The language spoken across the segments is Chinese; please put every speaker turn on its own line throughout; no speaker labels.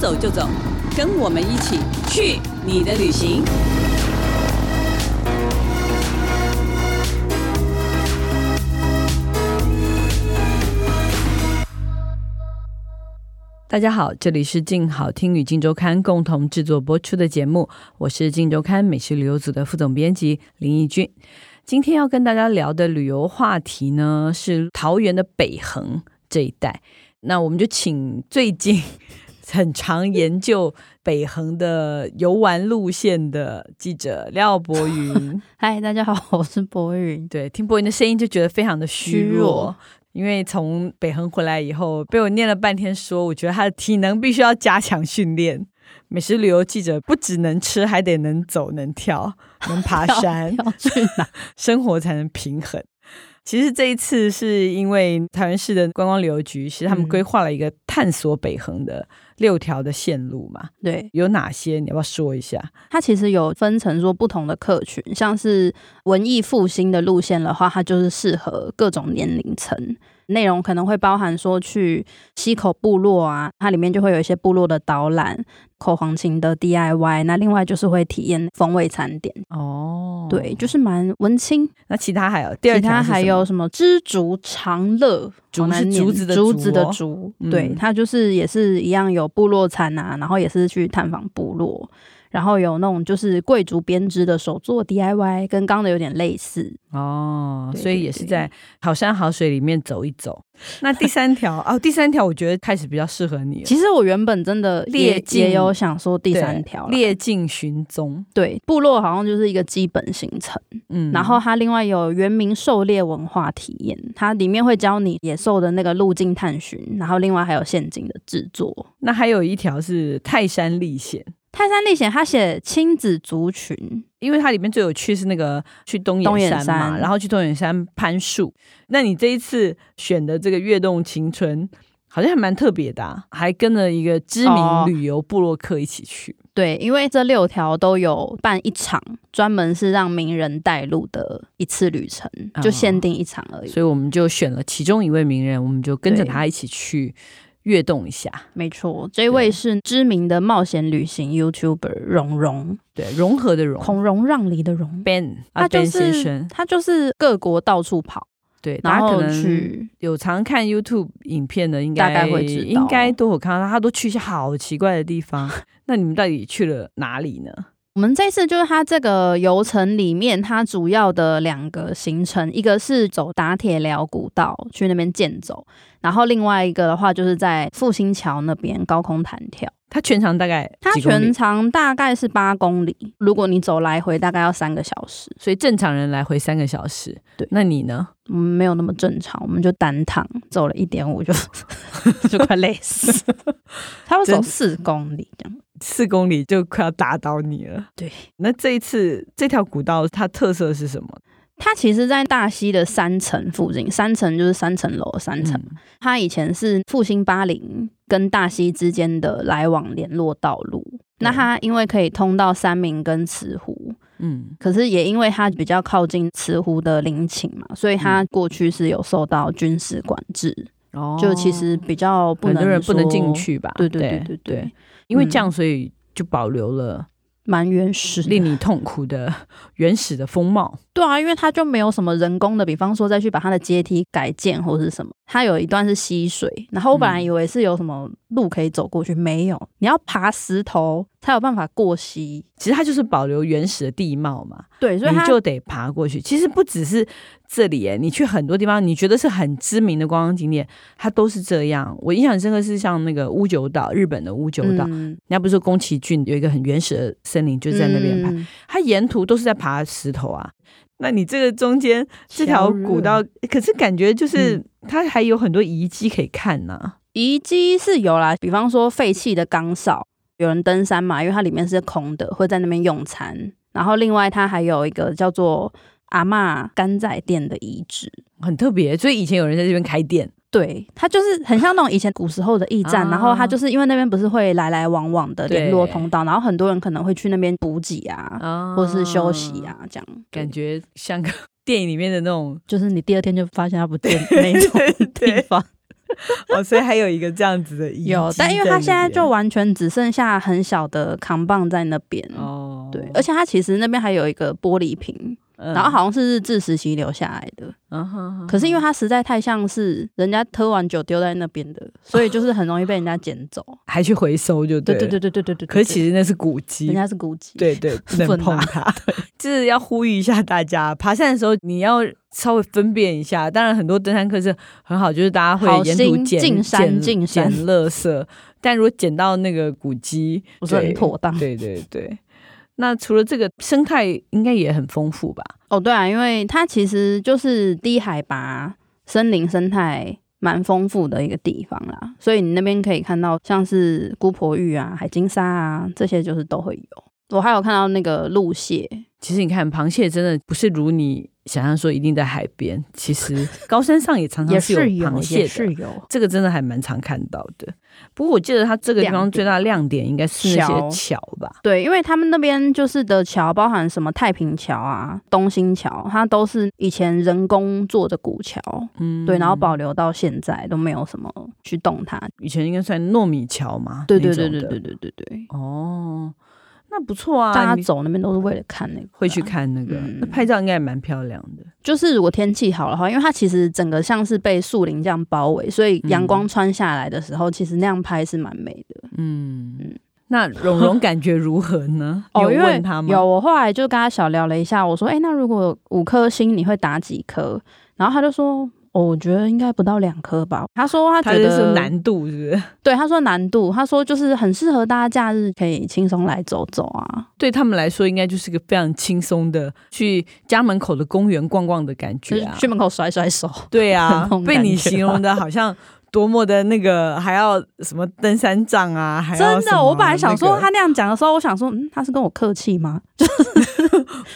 走就走，跟我们一起去你的旅行。大家好，这里是静好听与静周刊共同制作播出的节目，我是静周刊美食旅游组的副总编辑林义君。今天要跟大家聊的旅游话题呢，是桃园的北横这一带。那我们就请最近很常研究北横的游玩路线的记者廖博 云。
嗨，大家好，我是博云。
对，听博云的声音就觉得非常的虚弱，
虚弱
因为从北横回来以后，被我念了半天说，我觉得他的体能必须要加强训练。美食旅游记者不只能吃，还得能走、能跳、能爬 山。
要去哪？
生活才能平衡。其实这一次是因为台湾市的观光旅游局，其实他们
嗯
规划了一个探索北横的六条的线路嘛，
对，
有哪些？你要不要说一下？
它其实有分成说不同的客群，像是文艺复兴的路线的话，它就是适合各种年龄层。内容可能会包含说去溪口部落啊，它里面就会有一些部落的导览、口黄琴的 DIY。那另外就是会体验风味餐点，
哦
对，，就是蛮文青。
那其他还有第二
其
条
他
是什么
还有什么知竹常乐，
竹
好难
是
念
竹子的
竹
竹
子的
哦
竹，
嗯
对，它就是也是一样有部落餐啊，然后也是去探访部落，然后有那种就是贵族编织的手作 DIY，跟刚的有点类似，
哦，
对
所以
对
也是
对
在好山好水里面走一走。那第三条哦，第三条我觉得开始比较适合你 了，
其实我原本真的
列
也
进
也有想说第
对
三条啦
列尽寻踪，
对部落好像就是一个基本行程，
嗯
然后它另外有原民狩猎文化体验，它里面会教你野兽的那个路径探寻，然后另外还有陷阱的制作，
那还有一条是泰山历险。
泰山历险，他写亲子族群，
因为它里面最有趣是那个去东
东
眼
眼
山嘛，
山
然后去东眼山攀树。那你这一次选的这个《跃动青春》好像还蛮特别的、啊，还跟了一个知名
哦
旅游部落客一起去。
对，因为这六条都有办一场，专门是让名人带路的一次旅程，
哦
就限定一场而已。
所以我们就选了其中一位名人，我们就跟着
对
他一起去跃动一下。
没错，这位是知名的冒险旅行 YouTuber 蓉蓉，
对，融合的融
孔融让梨的蓉，
Ben 啊
他就
Ben 先
是
生，
他就是各国到处跑，
对，大
然
家可
后
能
去
有常看 YouTube 影片的，应该
大概会知道
应该都有看到他，他都去一些好奇怪的地 方。那你们到底去了哪里呢？
我们这次就是它这个游程里面，它主要的两个行程，一个是走打铁寮古道去那边健走，然后另外一个的话就是在复兴桥那边高空弹跳。
它全长大概
它
几公里
全长大概是八公里，如果你走来回大概要三个小时，
所以正常人来回三个小时。
对
那你呢？
我们没有那么正常，我们就单趟走了一点五就就快累死， 差不多
真
走四公里这样。
四公里就快要打倒你了。
对，
那这一次这条古道它特色是什么？
它其实，在大溪的三层附近，三层就是三层楼的三层
嗯
它以前是复兴巴林跟大溪之间的来往联络道路。那它因为可以通到三明跟慈湖，
嗯，
可是也因为它比较靠近慈湖的陵寝嘛，所以它
嗯
过去是有受到军事管制，
哦
就其实比较不
很
能
多人不能进
说，
去吧？
对对对
对
对对，嗯
因为这样，所以就保留了
蛮原始的。
令你痛苦的 原始的风貌。
对啊，因为它就没有什么人工的，比方说再去把它的阶梯改建或是什么。它有一段是溪水，然后我本来
嗯
以为是有什么路可以走过去，没有，你要爬石头才有办法过溪。
其实它就是保留原始的地貌嘛，
对，所以
你
它
就得爬过去。其实不只是这里耶，你去很多地方，你觉得是很知名的观光景点，它都是这样。我印象很深刻是像那个乌九岛，日本的乌九岛，
嗯
人家不是说宫崎骏有一个很原始的森林，就是在那边拍，
嗯
他沿途都是在爬石头啊。那你这个中间这条嗯古道，可是感觉就是它还有很多遗迹可以看呐、
遗迹是有啦，比方说废弃的岗哨，有人登山嘛，因为它里面是空的，会在那边用餐。然后另外它还有一个叫做阿嬷干仔店的遗址。
很特别。所以以前有人在这边开店，
对，它就是很像那种以前古时候的驿站，
啊
然后它就是因为那边不是会来来往往的联络
对
通道，然后很多人可能会去那边补给啊，
啊
或是休息，啊，这样
感
觉
觉像个 电影里面的那种。
就是你第二天就发现它不见那种
对
地方。
哦，所以还有一个这样子 的遗迹
有， 但因为
那
它现在
边
就完全只剩下很小的扛棒在那边。
哦，
对，而且它其实那边还有一个玻璃瓶，
嗯，
然后好像是日治时期留下来的。
嗯哼，
可是因为
它
它实在太像是人家喝完酒丢在那边的，所以就是很容易被人家捡走。
还去回收就
对
对
对
了
对对对对对。
可是其
实
实那是古迹
人，家是古迹。
对对，不能
分
碰
啊
它。就是要呼吁一下大家，爬山的时候你要稍微分辨一下。当然，很多登山客是很好，就是大家会
好
沿途
心
捡
进山
捡
进山
捡垃圾，但如果捡到那个古 迹，
不是很
对
妥当
对对对。那除了这个，生态应该也很丰富吧？
哦，对啊，因为它其实就是低海拔森林生态蛮丰富的一个地方啦，所以你那边可以看到像是姑婆芋啊、海金沙啊这些，就是都会有。我还有看到那个鹿蟹，
其实你看，螃蟹真的不是如你想象说一定在海边，其实高山上也常
也
常
是
嗯有
有，
螃蟹
也
的。
是有。
这个真的还蛮常看到的。不过我记得它这个地方
亮点
最大的亮点应该是那
桥
些桥吧？
对，因为他们那边就是的桥，包含什么太平桥啊、东兴桥，它都是以前人工做的古桥，
嗯，
对，然后保留到现在都没有什么去动它。
以前应该算糯米桥嘛？
对对
那
对
种
对
的
对对对对，
哦，那不错啊，
大家
你
走那边都是为了看那个啊，
会去看那个，
嗯
那拍照应该也蛮漂亮的。
就是如果天气好的话，因为它其实整个像是被树林这样包围，所以阳光穿下来的时候，其实那样拍是蛮美的。
嗯
嗯，
那蓉蓉感觉如何呢？你有
哦因为
问他吗？
有我后来就跟他小聊了一下，我说：“哎、那如果五颗星，你会打几颗？”然后他就说。哦，我觉得应该不到两颗吧。他说他
他
觉
就
得
是，难度是不是？
对，他说难度，他说就是很适合大家假日可以轻松来走走啊，
对他们来说，应该就是个非常轻松的去家门口的公园逛逛的感
就
觉
是
啊。
去门口甩甩手。
对啊
那种，
被
感
你
觉
形容的好像多么的那个，还要什么登山杖啊，还要
真
什
的，
么
我本来想
那
说
个
他那样讲的时候，我想说，嗯，他是跟我客气吗？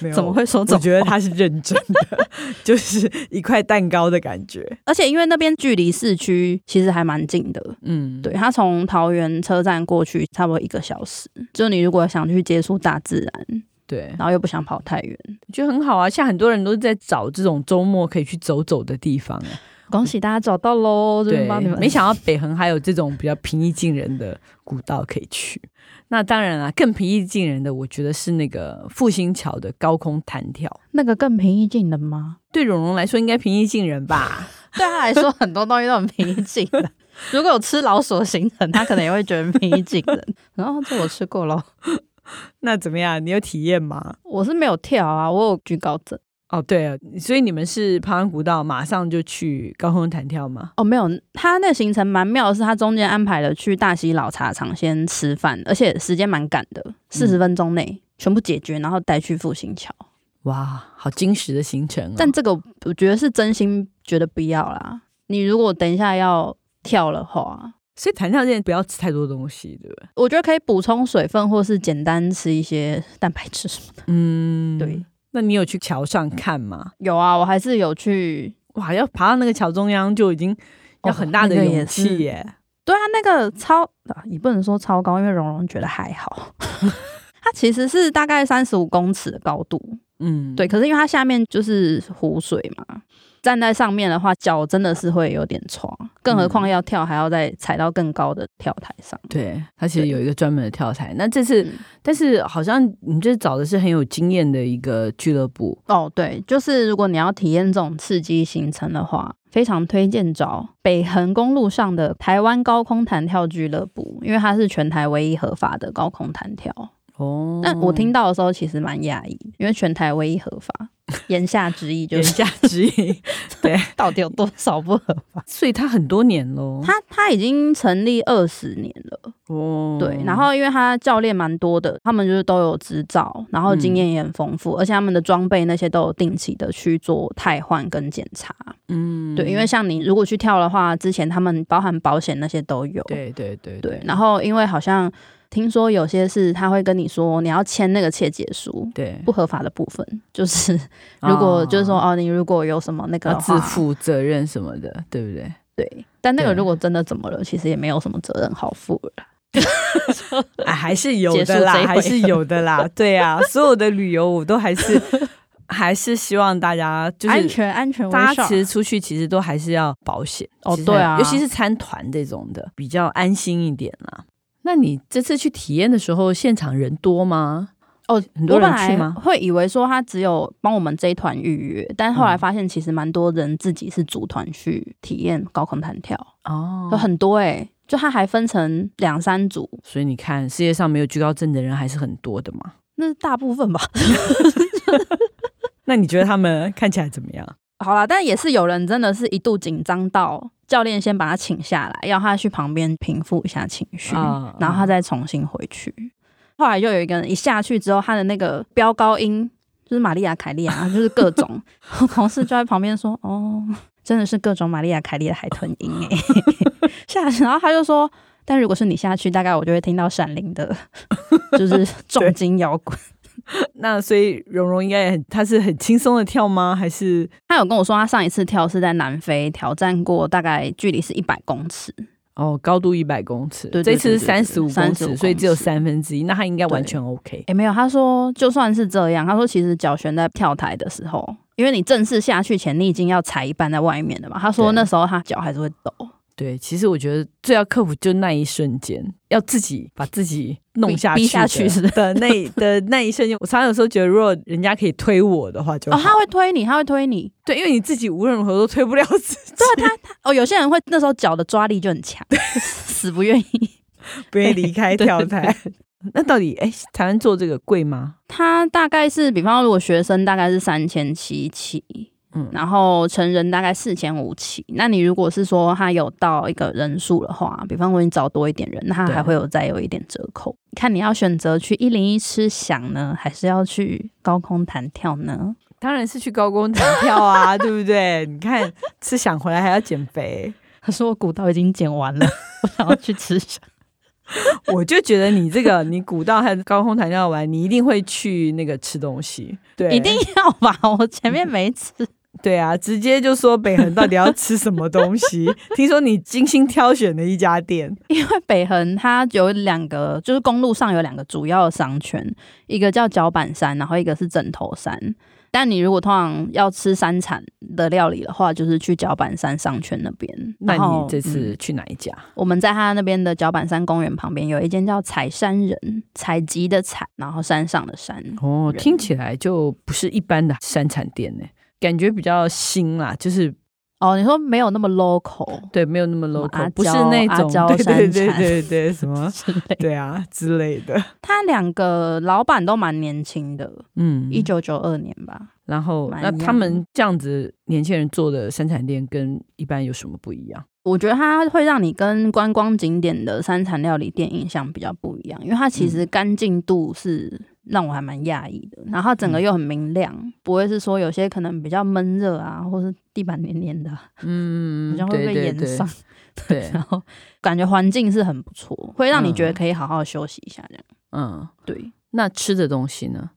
没有
怎么会说这
我
种？
觉得他是认真的， 就是一块蛋糕的感觉。
而且因为那边距离市区其实还蛮近的，
嗯，
对，它从桃园车站过去差不多一个小时。就你如果想去接触大自然，
对，
然后又不想跑太远，
我觉得很好啊。像很多人都是在找这种周末可以去走走的地方、啊。
恭喜大家找到喽！这
对
边帮你，们，
没想到北横还有这种比较平易近人的古道可以去。那当然啊，更平易近人的，我觉得是那个复兴桥的高空弹跳。
那个更平易近人吗？
对蓉蓉来说，应该平易近人吧？
对他来说，很多东西都很平易近人。 如果有吃老鼠的行程，他可能也会觉得平易近 人。然后哦这我吃过咯，
那怎么样？你有体验吗？
我是没有跳啊，我有居高枕
哦，对啊，所以你们是爬完古道马上就去高空弹跳吗？
哦，没有。他那行程蛮妙的是，他中间安排了去大溪老茶厂先吃饭，而且时间蛮赶的，四十分钟内全部解决，然后带去复兴桥。
哇，好精实的行程哦！
但这个我觉得是真心觉得不要啦。你如果等一下要跳的话，
所以弹跳间不要吃太多东西，对不对？
我觉得可以补充水分，或是简单吃一些蛋白质什么的。
嗯，
对。
那你有去桥上看吗？
有啊，我还是有去。
哇，要爬到那个桥中央就已经要很大的
哦那个
勇
也是
气耶！
对啊，那个超啊也不能说超高，因为蓉蓉觉得还好。 它其实是大概三十五公尺的高度，
嗯，
对，，可是因为它下面就是湖水嘛，站在上面的话，脚真的是会有点床，更何况要跳还要再踩到更高的跳台上。
对，它其实
对
有一个专门的跳台。那这次，
嗯
但是好像你这找的是很有经验的一个俱乐部，
哦，对，就是如果你要体验这种刺激行程的话，非常推荐找北横公路上的台湾高空弹跳俱乐部，因为它是全台唯一合法的高空弹跳。
哦
但我听到的时候其实蛮讶异，因为全台唯一合法，言下之意就
言
是
下 之意，
到底有多少不合法？
所以它很多年喽。
它它已经成立二十年了。
哦，
对，然后因为他教练蛮多的，他们就是都有执照，然后
嗯
经验也很丰富，而且他们的装备那些都有定期的去做汰换跟检查。
嗯，
对，因为像你如果去跳的话，之前他们包含保险那些都有。
对对对
对，然后因为好像听说有些是他会跟你说你要签那个切结书，
对，
不合法的部分就是如果就是说
啊
哦你如果有什么那个
要
的话
自负责任什么的，对不对？
对，但那个
对
如果真的怎么了，其实也没有什么责任好负了。
哎，还是有
结束
的啦
这一，回
还是有的啦，对啊，所有的旅游我都还是还是希望大家就是
安全安全
大家
为上
其。实出去其实都还是要保险
哦
其实
对啊
尤其是参团这种的，比较安心一点啦。那你这次去体验的时候，现场人多吗？
哦，
很多
我本
人去
来
吗
会以为说他只有帮我们这一团预约，但后来
嗯
发现其实蛮多人自己是组团去体验高空弹跳，
哦
有很多哎、就他还分成两三组，
所以你看，世界上没有惧高症的人还是很多的嘛。
那是大部分吧。
那你觉得他们看起来怎么 样？
好啦，但也是有人真的是一度紧张到教练先把他请下来，要他去旁边平复一下情绪，
啊
然后他再重新回去。后来又有一个人一下去之后，他的那个飙高音就是玛丽亚凯莉啊，就是各种，我同事就在旁边说：“哦，真的是各种玛丽亚凯莉的海豚音 哎、下去，然后他就说：“但如果是你下去，大概我就会听到闪灵的，就是重金摇滚。”
那所以蓉蓉应该也很，她是很轻松的跳吗？还是
他有跟我说，他上一次跳是在南非挑战过，大概距离是一百公尺。
哦高度一百公尺？
对对
这次
对
是
对
三十五公
35
尺，所以只有
公尺
三分之一。那她应该完
对
全 OK。
诶，没有，他说就算是这样，他说其实脚悬在跳台的时候，因为你正式下去前，你已经要踩一半在外面了嘛。他说
对
那时候他脚还是会抖。
对，其实我觉得最要克服就那一瞬间，要自己把自己弄
逼
下去
逼下去是
的的那一的那一瞬间。我常常有时候觉得，如果人家可以推我的话就
哦，
好，
他会推你，他会推你。
对，因为你自己无论如何都推不了自己，
哦，有些人会那时候脚的抓力就很强， 死不愿意。
不愿意离开跳台。那到底哎，台湾做这个贵吗？
他大概是，比方说，如果学生大概是三千七起，
嗯
然后成人大概四千五起。那你如果是说他有到一个人数的话，比方说你找多一点人，那他
对
还会有再有一点折扣。看你要选择去一零一吃享呢，还是要去高空弹跳呢？
当然是去高空弹跳啊，对不对？你看吃想回来还要减肥，
他说我股道已经剪完了， 我想要去吃享。
我就觉得你这个你古道和高空弹跳完，你一定会去那个吃东西，对，
一定要吧，我前面没吃。
对啊，直接就说北横到底要吃什么东西？ 听说你精心挑选的一家店，
因为北横它有两个，就是公路上有两个主要的商圈，一个叫脚板山，然后一个是枕头山。但你如果通常要吃山产的料理的话，就是去脚板山商圈那边。
那
然后
你这次
嗯
去哪一家？
我们在他那边的脚板山公园旁边有一间叫采山人，采集的采，然后山上的山。
哦，
人
听起来就不是一般的山产店呢、感觉比较新啦，就是
哦，你说没有那么 local
对，没有那么
么
local，
阿
不是
胶
那
阿
种
胶
对对
山
对
产
对对， 什么
之类的，
对啊之类的，
他两个老板都蛮年轻的，
嗯，
一九九二年吧。
然后
蛮
那
一
他
样
们这样子年轻人做的山产店跟一般有什么不一样？
我觉得它会让你跟观光景点的山产料理店印象比较不一样，因为它其
嗯
实干净度是让我还蛮讶异的，然后它整
嗯
个又很明亮，不会是说有些可能比较闷热啊，或是地板黏黏的啊，
嗯
好像会被
对对
延
对
上。
对
然后感觉环境是很不错，会让你觉得
嗯
可以好好休息一下这样。
嗯，
对，
那吃的东西呢？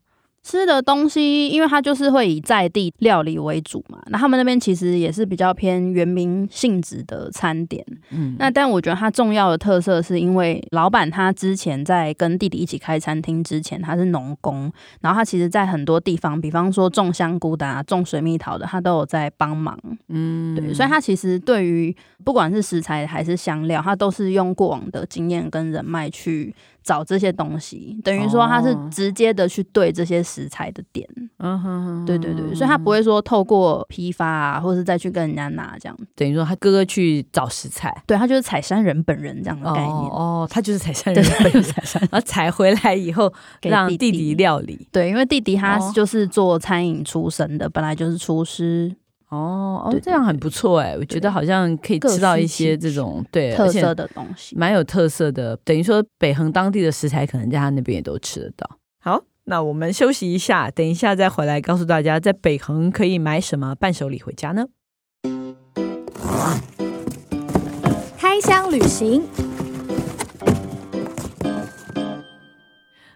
吃的东西，因为它就是会以在地料理为主嘛，那他们那边其实也是比较偏原民性质的餐点。
嗯，
那但我觉得它重要的特色是因为老板他之前在跟弟弟一起开餐厅之前，他是农工，然后他其实在很多地方，比方说种香菇的、啊、种水蜜桃的，他都有在帮忙。
嗯，
对，所以他其实对于不管是食材还是香料，他都是用过往的经验跟人脉去找这些东西，等于说他是
哦
直接的去对这些食材的点。
嗯哼哼，
对对对，所以他
嗯
不会说透过批发啊，或是再去跟人家拿这样。
等于说他哥哥去找食材
对他就是采山人本人这样的概念。
哦，他就是采 山
对
人本
对对
人，然后采回来以后
给
让
弟
弟
弟
弟料理。
对，因为弟弟他
哦
就是做餐饮出身的，本来就是厨师，
哦哦
对，
这样很不错哎，我觉得好像可以吃到一些这
各司其职
种对，
特
而且
色的东西。
蛮有特色的，等于说北横当地的食材可能在他那边也都吃得到。好，那我们休息一下，等一下再回来告诉大家，在北横可以买什么伴手礼回家呢？
开箱旅行，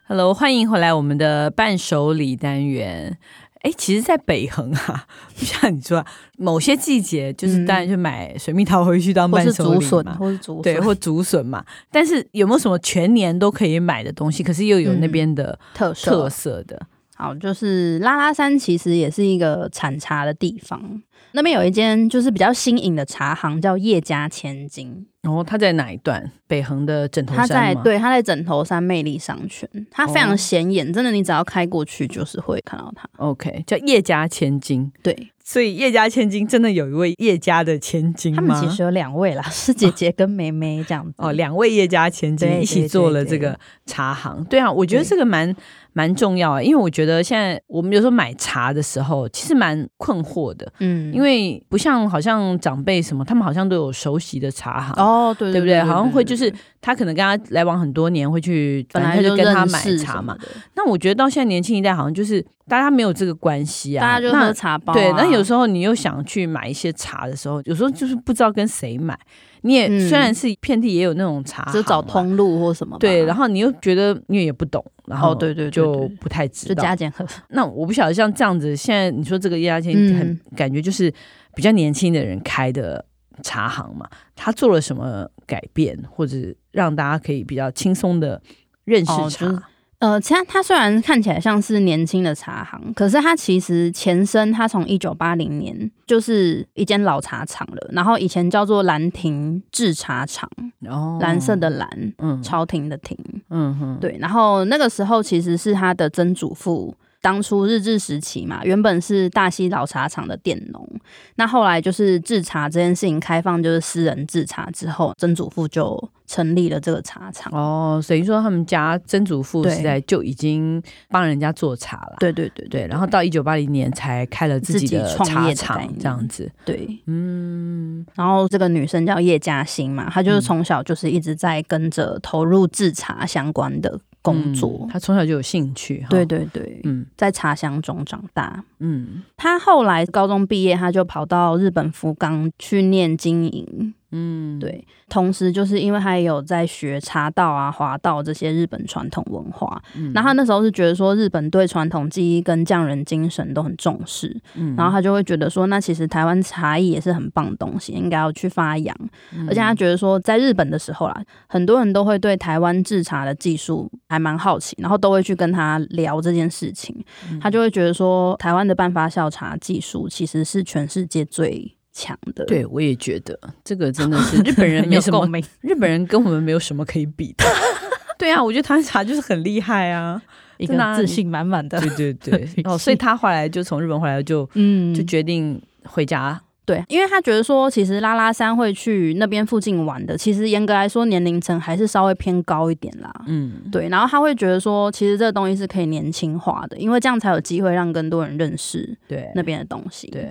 Hello，欢迎回来我们的伴手礼单元。哎，其实，在北横啊， 就像你说啊，某些季节就是
嗯
当然就买水蜜桃回去当
或
伴
是
手
竹
礼
笋，啊
嘛，
或是竹
对，
笋
或竹笋嘛。但
嗯
是有没有什么全年都可以买的东西，可是又有那边的
特色
特色的？
好，就是拉拉山其实也是一个产茶的地方，那边有一间就是比较新颖的茶行，叫叶家千金。
然后它在哪一段？北横的枕头
它
山
在
吗，哦
对它在枕头山魅力商圈，它非常显眼，真的，你只要开过去就是会看到它。
，OK，叫叶家千金。
对
所以叶家千金真的有一位叶家的千金
他
吗？
们其实有两位啦，是姐姐跟妹妹这样子。
哦，两位叶家千金
对
一起做了这
对对
个茶行，对啊，我觉得
对
这个蛮蛮重要啊，因为我觉得现在我们有时候买茶的时候，其实蛮困惑的，
嗯，
因为不像好像长辈什么，他们好像都有熟悉的茶行。
哦，对
对不
不
对？
对？
好像会就是他可能跟他来往很多年，会去
本
反正
来
他就跟他
认
买
识
茶
什
嘛
么。的，
那我觉得到现在年轻一代好像就是大家没有这个关系啊，
大家就
那
喝茶包啊。
对，那有时候你又想去买一些茶的时候，有时候就是不知道跟谁买。你也、
嗯
虽然是遍地也有那种茶行嘛，
就找通路或什么吧。啊
对，然后你又觉得因为也不懂，然后
哦对对对
就
对
不太知
就
道
加。减喝。
那我不晓得像这样子，现在你说这个叶家千
嗯
很感觉就是比较年轻的人开的茶行嘛，他做了什么改变，或者让大家可以比较轻松的认识
哦
茶？
就是呃，其实它虽然看起来像是年轻的茶行，可是它其实前身它从一九八零年就是一间老茶厂了，然后以前叫做兰亭制茶厂，
哦
蓝色的，蓝，
嗯
朝廷的廷。
嗯哼，
对，然后那个时候其实是他的曾祖父。当初日治时期嘛，原本是大溪老茶厂的佃农，那后来就是制茶这件事情开放，就是私人制茶之后，曾祖父就成立了这个茶厂。
哦，等于说他们家曾祖父
对
时代就已经帮人家做茶了。
对对对
对，然后到一九八零年才开了自
自
己
己
的
创
茶
业的概
厂，
念
这样子。
对，
嗯，
然后这个女生叫叶嘉欣嘛，她就是从小就是一直在跟着投入制茶相关的工作。
嗯他从小就有兴趣。哈
对，对对，
嗯
在茶香中长大。
嗯
她后来高中毕业，她就跑到日本福冈去念经营。
嗯，
对，同时就是因为她也有在学茶道啊、华道这些日本传统文化。
嗯
然后她那时候是觉得说，日本对传统技艺跟匠人精神都很重视，
嗯
然后他就会觉得说，那其实台湾茶艺也是很棒的东西，应该要去发扬。
嗯
而且他觉得说，在日本的时候啦，很多人都会对台湾制茶的技术还蛮好奇，然后都会去跟他聊这件事情。
嗯
他就会觉得说，台湾的半发酵茶技术其实是全世界最强 的。
对，我也觉得这个真的是日本人 没什么，
鸣。
日本人跟我们没有什么可以比的。 对啊，我觉得台湾茶就是很厉害啊。
一
个自信
满满的
对对对， 哦，所以他后来就从日本回来就
嗯，
就决定回家。
对，因为他觉得说，其实拉拉山会去那边附近玩的，其实严格来说，年龄层还是稍微偏高一点啦。
嗯，
对，然后他会觉得说，其实这个东西是可以年轻化的，因为这样才有机会让更多人认识
对
那边的东西。，
对，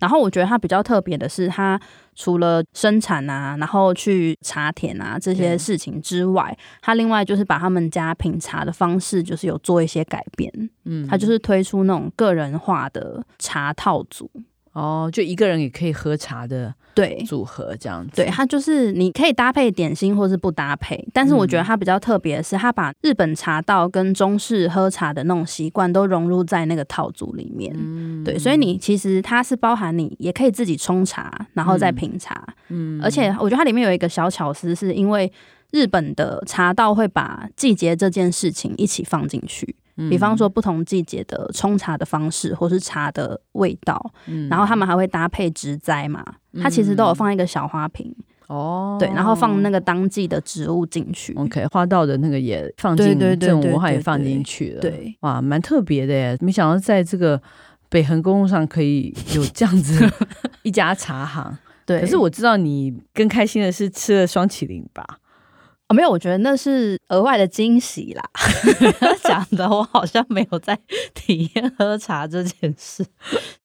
然后我觉得它比较特别的是，它除了生产啊，然后去茶田啊这些
对
事情之外，它另外就是把他们家品茶的方式，就是有做一些改变。
嗯
它就是推出那种个人化的茶套组，
哦，就一个人也可以喝茶的
对。
组合这样子。
对，它就是你可以搭配点心或是不搭配，但是我
嗯
觉得它比较特别的是，它把日本茶道跟中式喝茶的那种习惯都融入在那个套组里面。
嗯
对，所以你其实它是包含你也可以自己冲茶，然后再品茶，
嗯
而且我觉得它里面有一个小巧思，是因为日本的茶道会把季节这件事情一起放进去，比
嗯
方说不同季节的冲茶的方式或是茶的味道，
嗯，
然后他们还会搭配植栽嘛，它其实都有放一个小花瓶，
哦，
对，然后放那个当季的植物进去，
OK 花道的那个也放
对
进，
对对
这种
对
文化也
对
放
对
进去了。
对，
哇，蛮特别的耶！没想到在这个北横公路上可以有这样 子一家茶行。
对。
可是我知道你更开心的是吃了双麒麟吧？
哦没有，我觉得那是额外的惊喜 啦。 讲的我好像没有在体验喝茶这件事，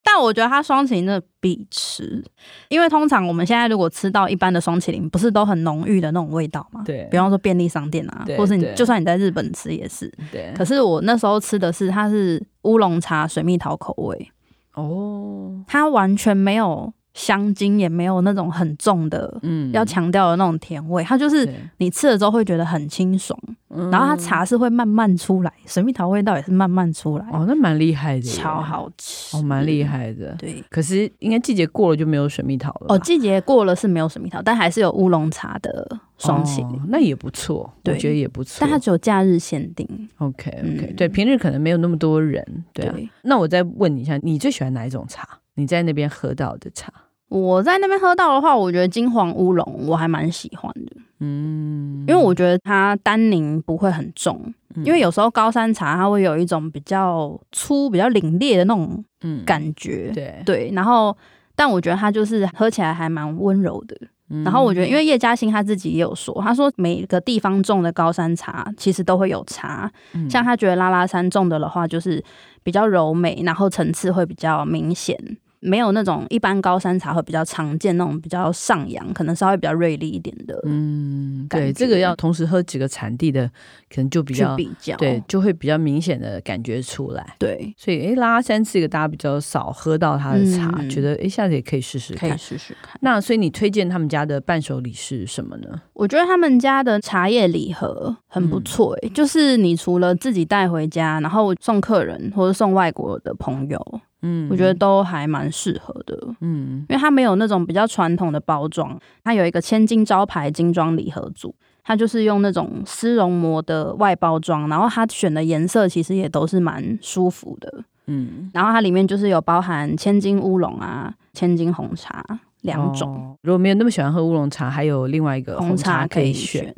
但我觉得它双麒麟真的必吃，因为通常我们现在如果吃到一般的双麒麟，不是都很浓郁的那种味道吗？
对
比方说便利商店啊
对，
或是你
对
就算你在日本吃也是。
对
可是我那时候吃的是它是乌龙茶水蜜桃口味，
哦，
它完全没有香精，也没有那种很重的
嗯
要强调的那种甜味，它就是
对
你吃了之后会觉得很清爽，
嗯
然后它茶是会慢慢出来，水蜜桃味道也是慢慢出来，
哦，那蛮厉害的，
超，好吃，
哦，蛮厉，害的。
对。
可是应该季节过了就没有水蜜桃了吧
哦，季节过了是没有水蜜桃，但还是有乌龙茶的双喜，
哦那也不错，我
对
觉得也不错。
但它只有假日限定。
OK OK，、
嗯
对，平日可能没有那么多人，对啊。
对
那我再问你一下，你最喜欢哪一种茶？你在那边喝到的茶？
我在那边喝到的话，我觉得金黄乌龙我还蛮喜欢的，
嗯，
因为我觉得它单宁不会很重，因为有时候高山茶它会有一种比较粗、比较凛冽的那种
嗯
感觉，
对，
对，然后。但我觉得它就是喝起来还蛮温柔的，
嗯
然后我觉得，因为叶嘉欣她自己也有说，她说每个地方种的高山茶其实都会有差，
嗯
像他觉得拉拉山种的的话，就是比较柔美，然后层次会比较明显，没有那种一般高山茶会比较常见那种比较上扬，可能稍微比较锐利一点的
嗯，
感
对，
觉
这个要同时喝几个产地的，可能就比
去
较
比较。
对，就会比较明显的感觉出来。
对，
所以，诶，拉拉山是一个大家比较少喝到它的茶，
嗯
觉得诶，下次也可以试试
可以
看。
试试看。
那所以你推荐他们家的伴手礼是什么呢？
我觉得他们家的茶叶礼盒很
嗯
不错、欸，就是你除了自己带回家，然后送客人或者送外国的朋友，
嗯
我觉得都还蛮适合的。
嗯
因为它没有那种比较传统的包装，它有一个千金招牌精装礼盒组，它就是用那种丝绒膜的外包装，然后它选的颜色其实也都是蛮舒服的，
嗯
然后它里面就是有包含千金乌龙啊、千金红茶两种。
哦如果没有那么喜欢喝乌龙茶，还有另外一个
红
茶
茶可以
选。
选，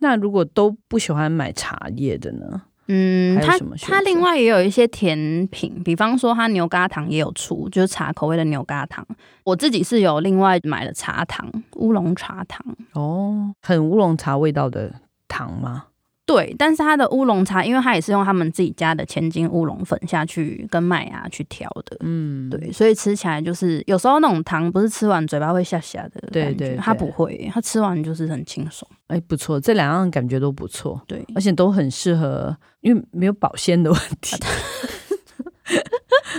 那如果都不喜欢买茶叶的呢？
嗯，
还有
它
什么选择
它另外也有一些甜品，比方说它牛轧糖也有出，就是茶口味的牛轧糖。我自己是有另外买了茶糖，乌龙茶糖，
哦，很乌龙茶味道的糖吗？
对，但是它的乌龙茶，因为它也是用他们自己家的千金乌龙粉下去跟麦芽去调的，
嗯，
对，所以吃起来就是有时候那种糖不是吃完嘴巴会下下的感觉，
对对对
它不会，它吃完就是很清爽，
哎，不错，这两样感觉都不错，
对，
而且都很适合，因为没有保鲜的问 题，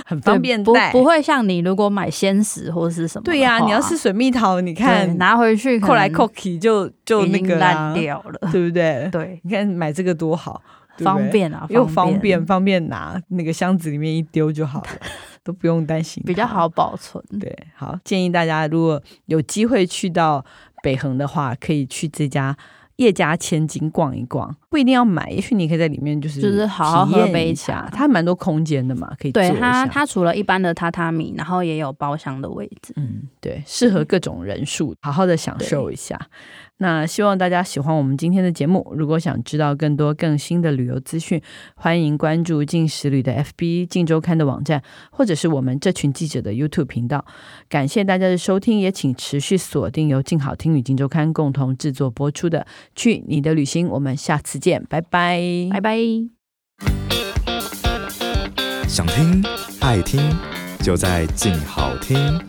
很方便
不
带。
不会像你如果买鲜食或是什么的话，
对呀、你要是水蜜桃，你
对
看
拿回去
扣来
可能
扣去就就
已
那
经
个啦
烂，掉了，
对不 对？
对，
你看买这个多好，对不对
方便啊，
又方便，，方便拿，那个箱子里面一丢就 好了，都不用担心它，
比较好保存，
对，好，建议大家如果有机会去到北横的话，可以去这家叶家千金逛一逛，不一定要买，也许你可以在里面就是
就是好好
体
喝
验
杯
一下
茶
它蛮多空间的嘛，可以坐
对
一
它
下。
它除了一般的榻榻米，然后也有包厢的位置，
嗯，对，适合各种人数，好好的享受一下。那希望大家喜欢我们今天的节目。如果想知道更多更新的旅游资讯，欢迎关注进食旅的 FB、进周刊的网站，或者是我们这群记者的 YouTube 频道。感谢大家的收听，也请持续锁定由静好听与静周刊共同制作播出的《去你的旅行》，我们下次见，拜拜，
拜拜。
想听爱听，就在静好听。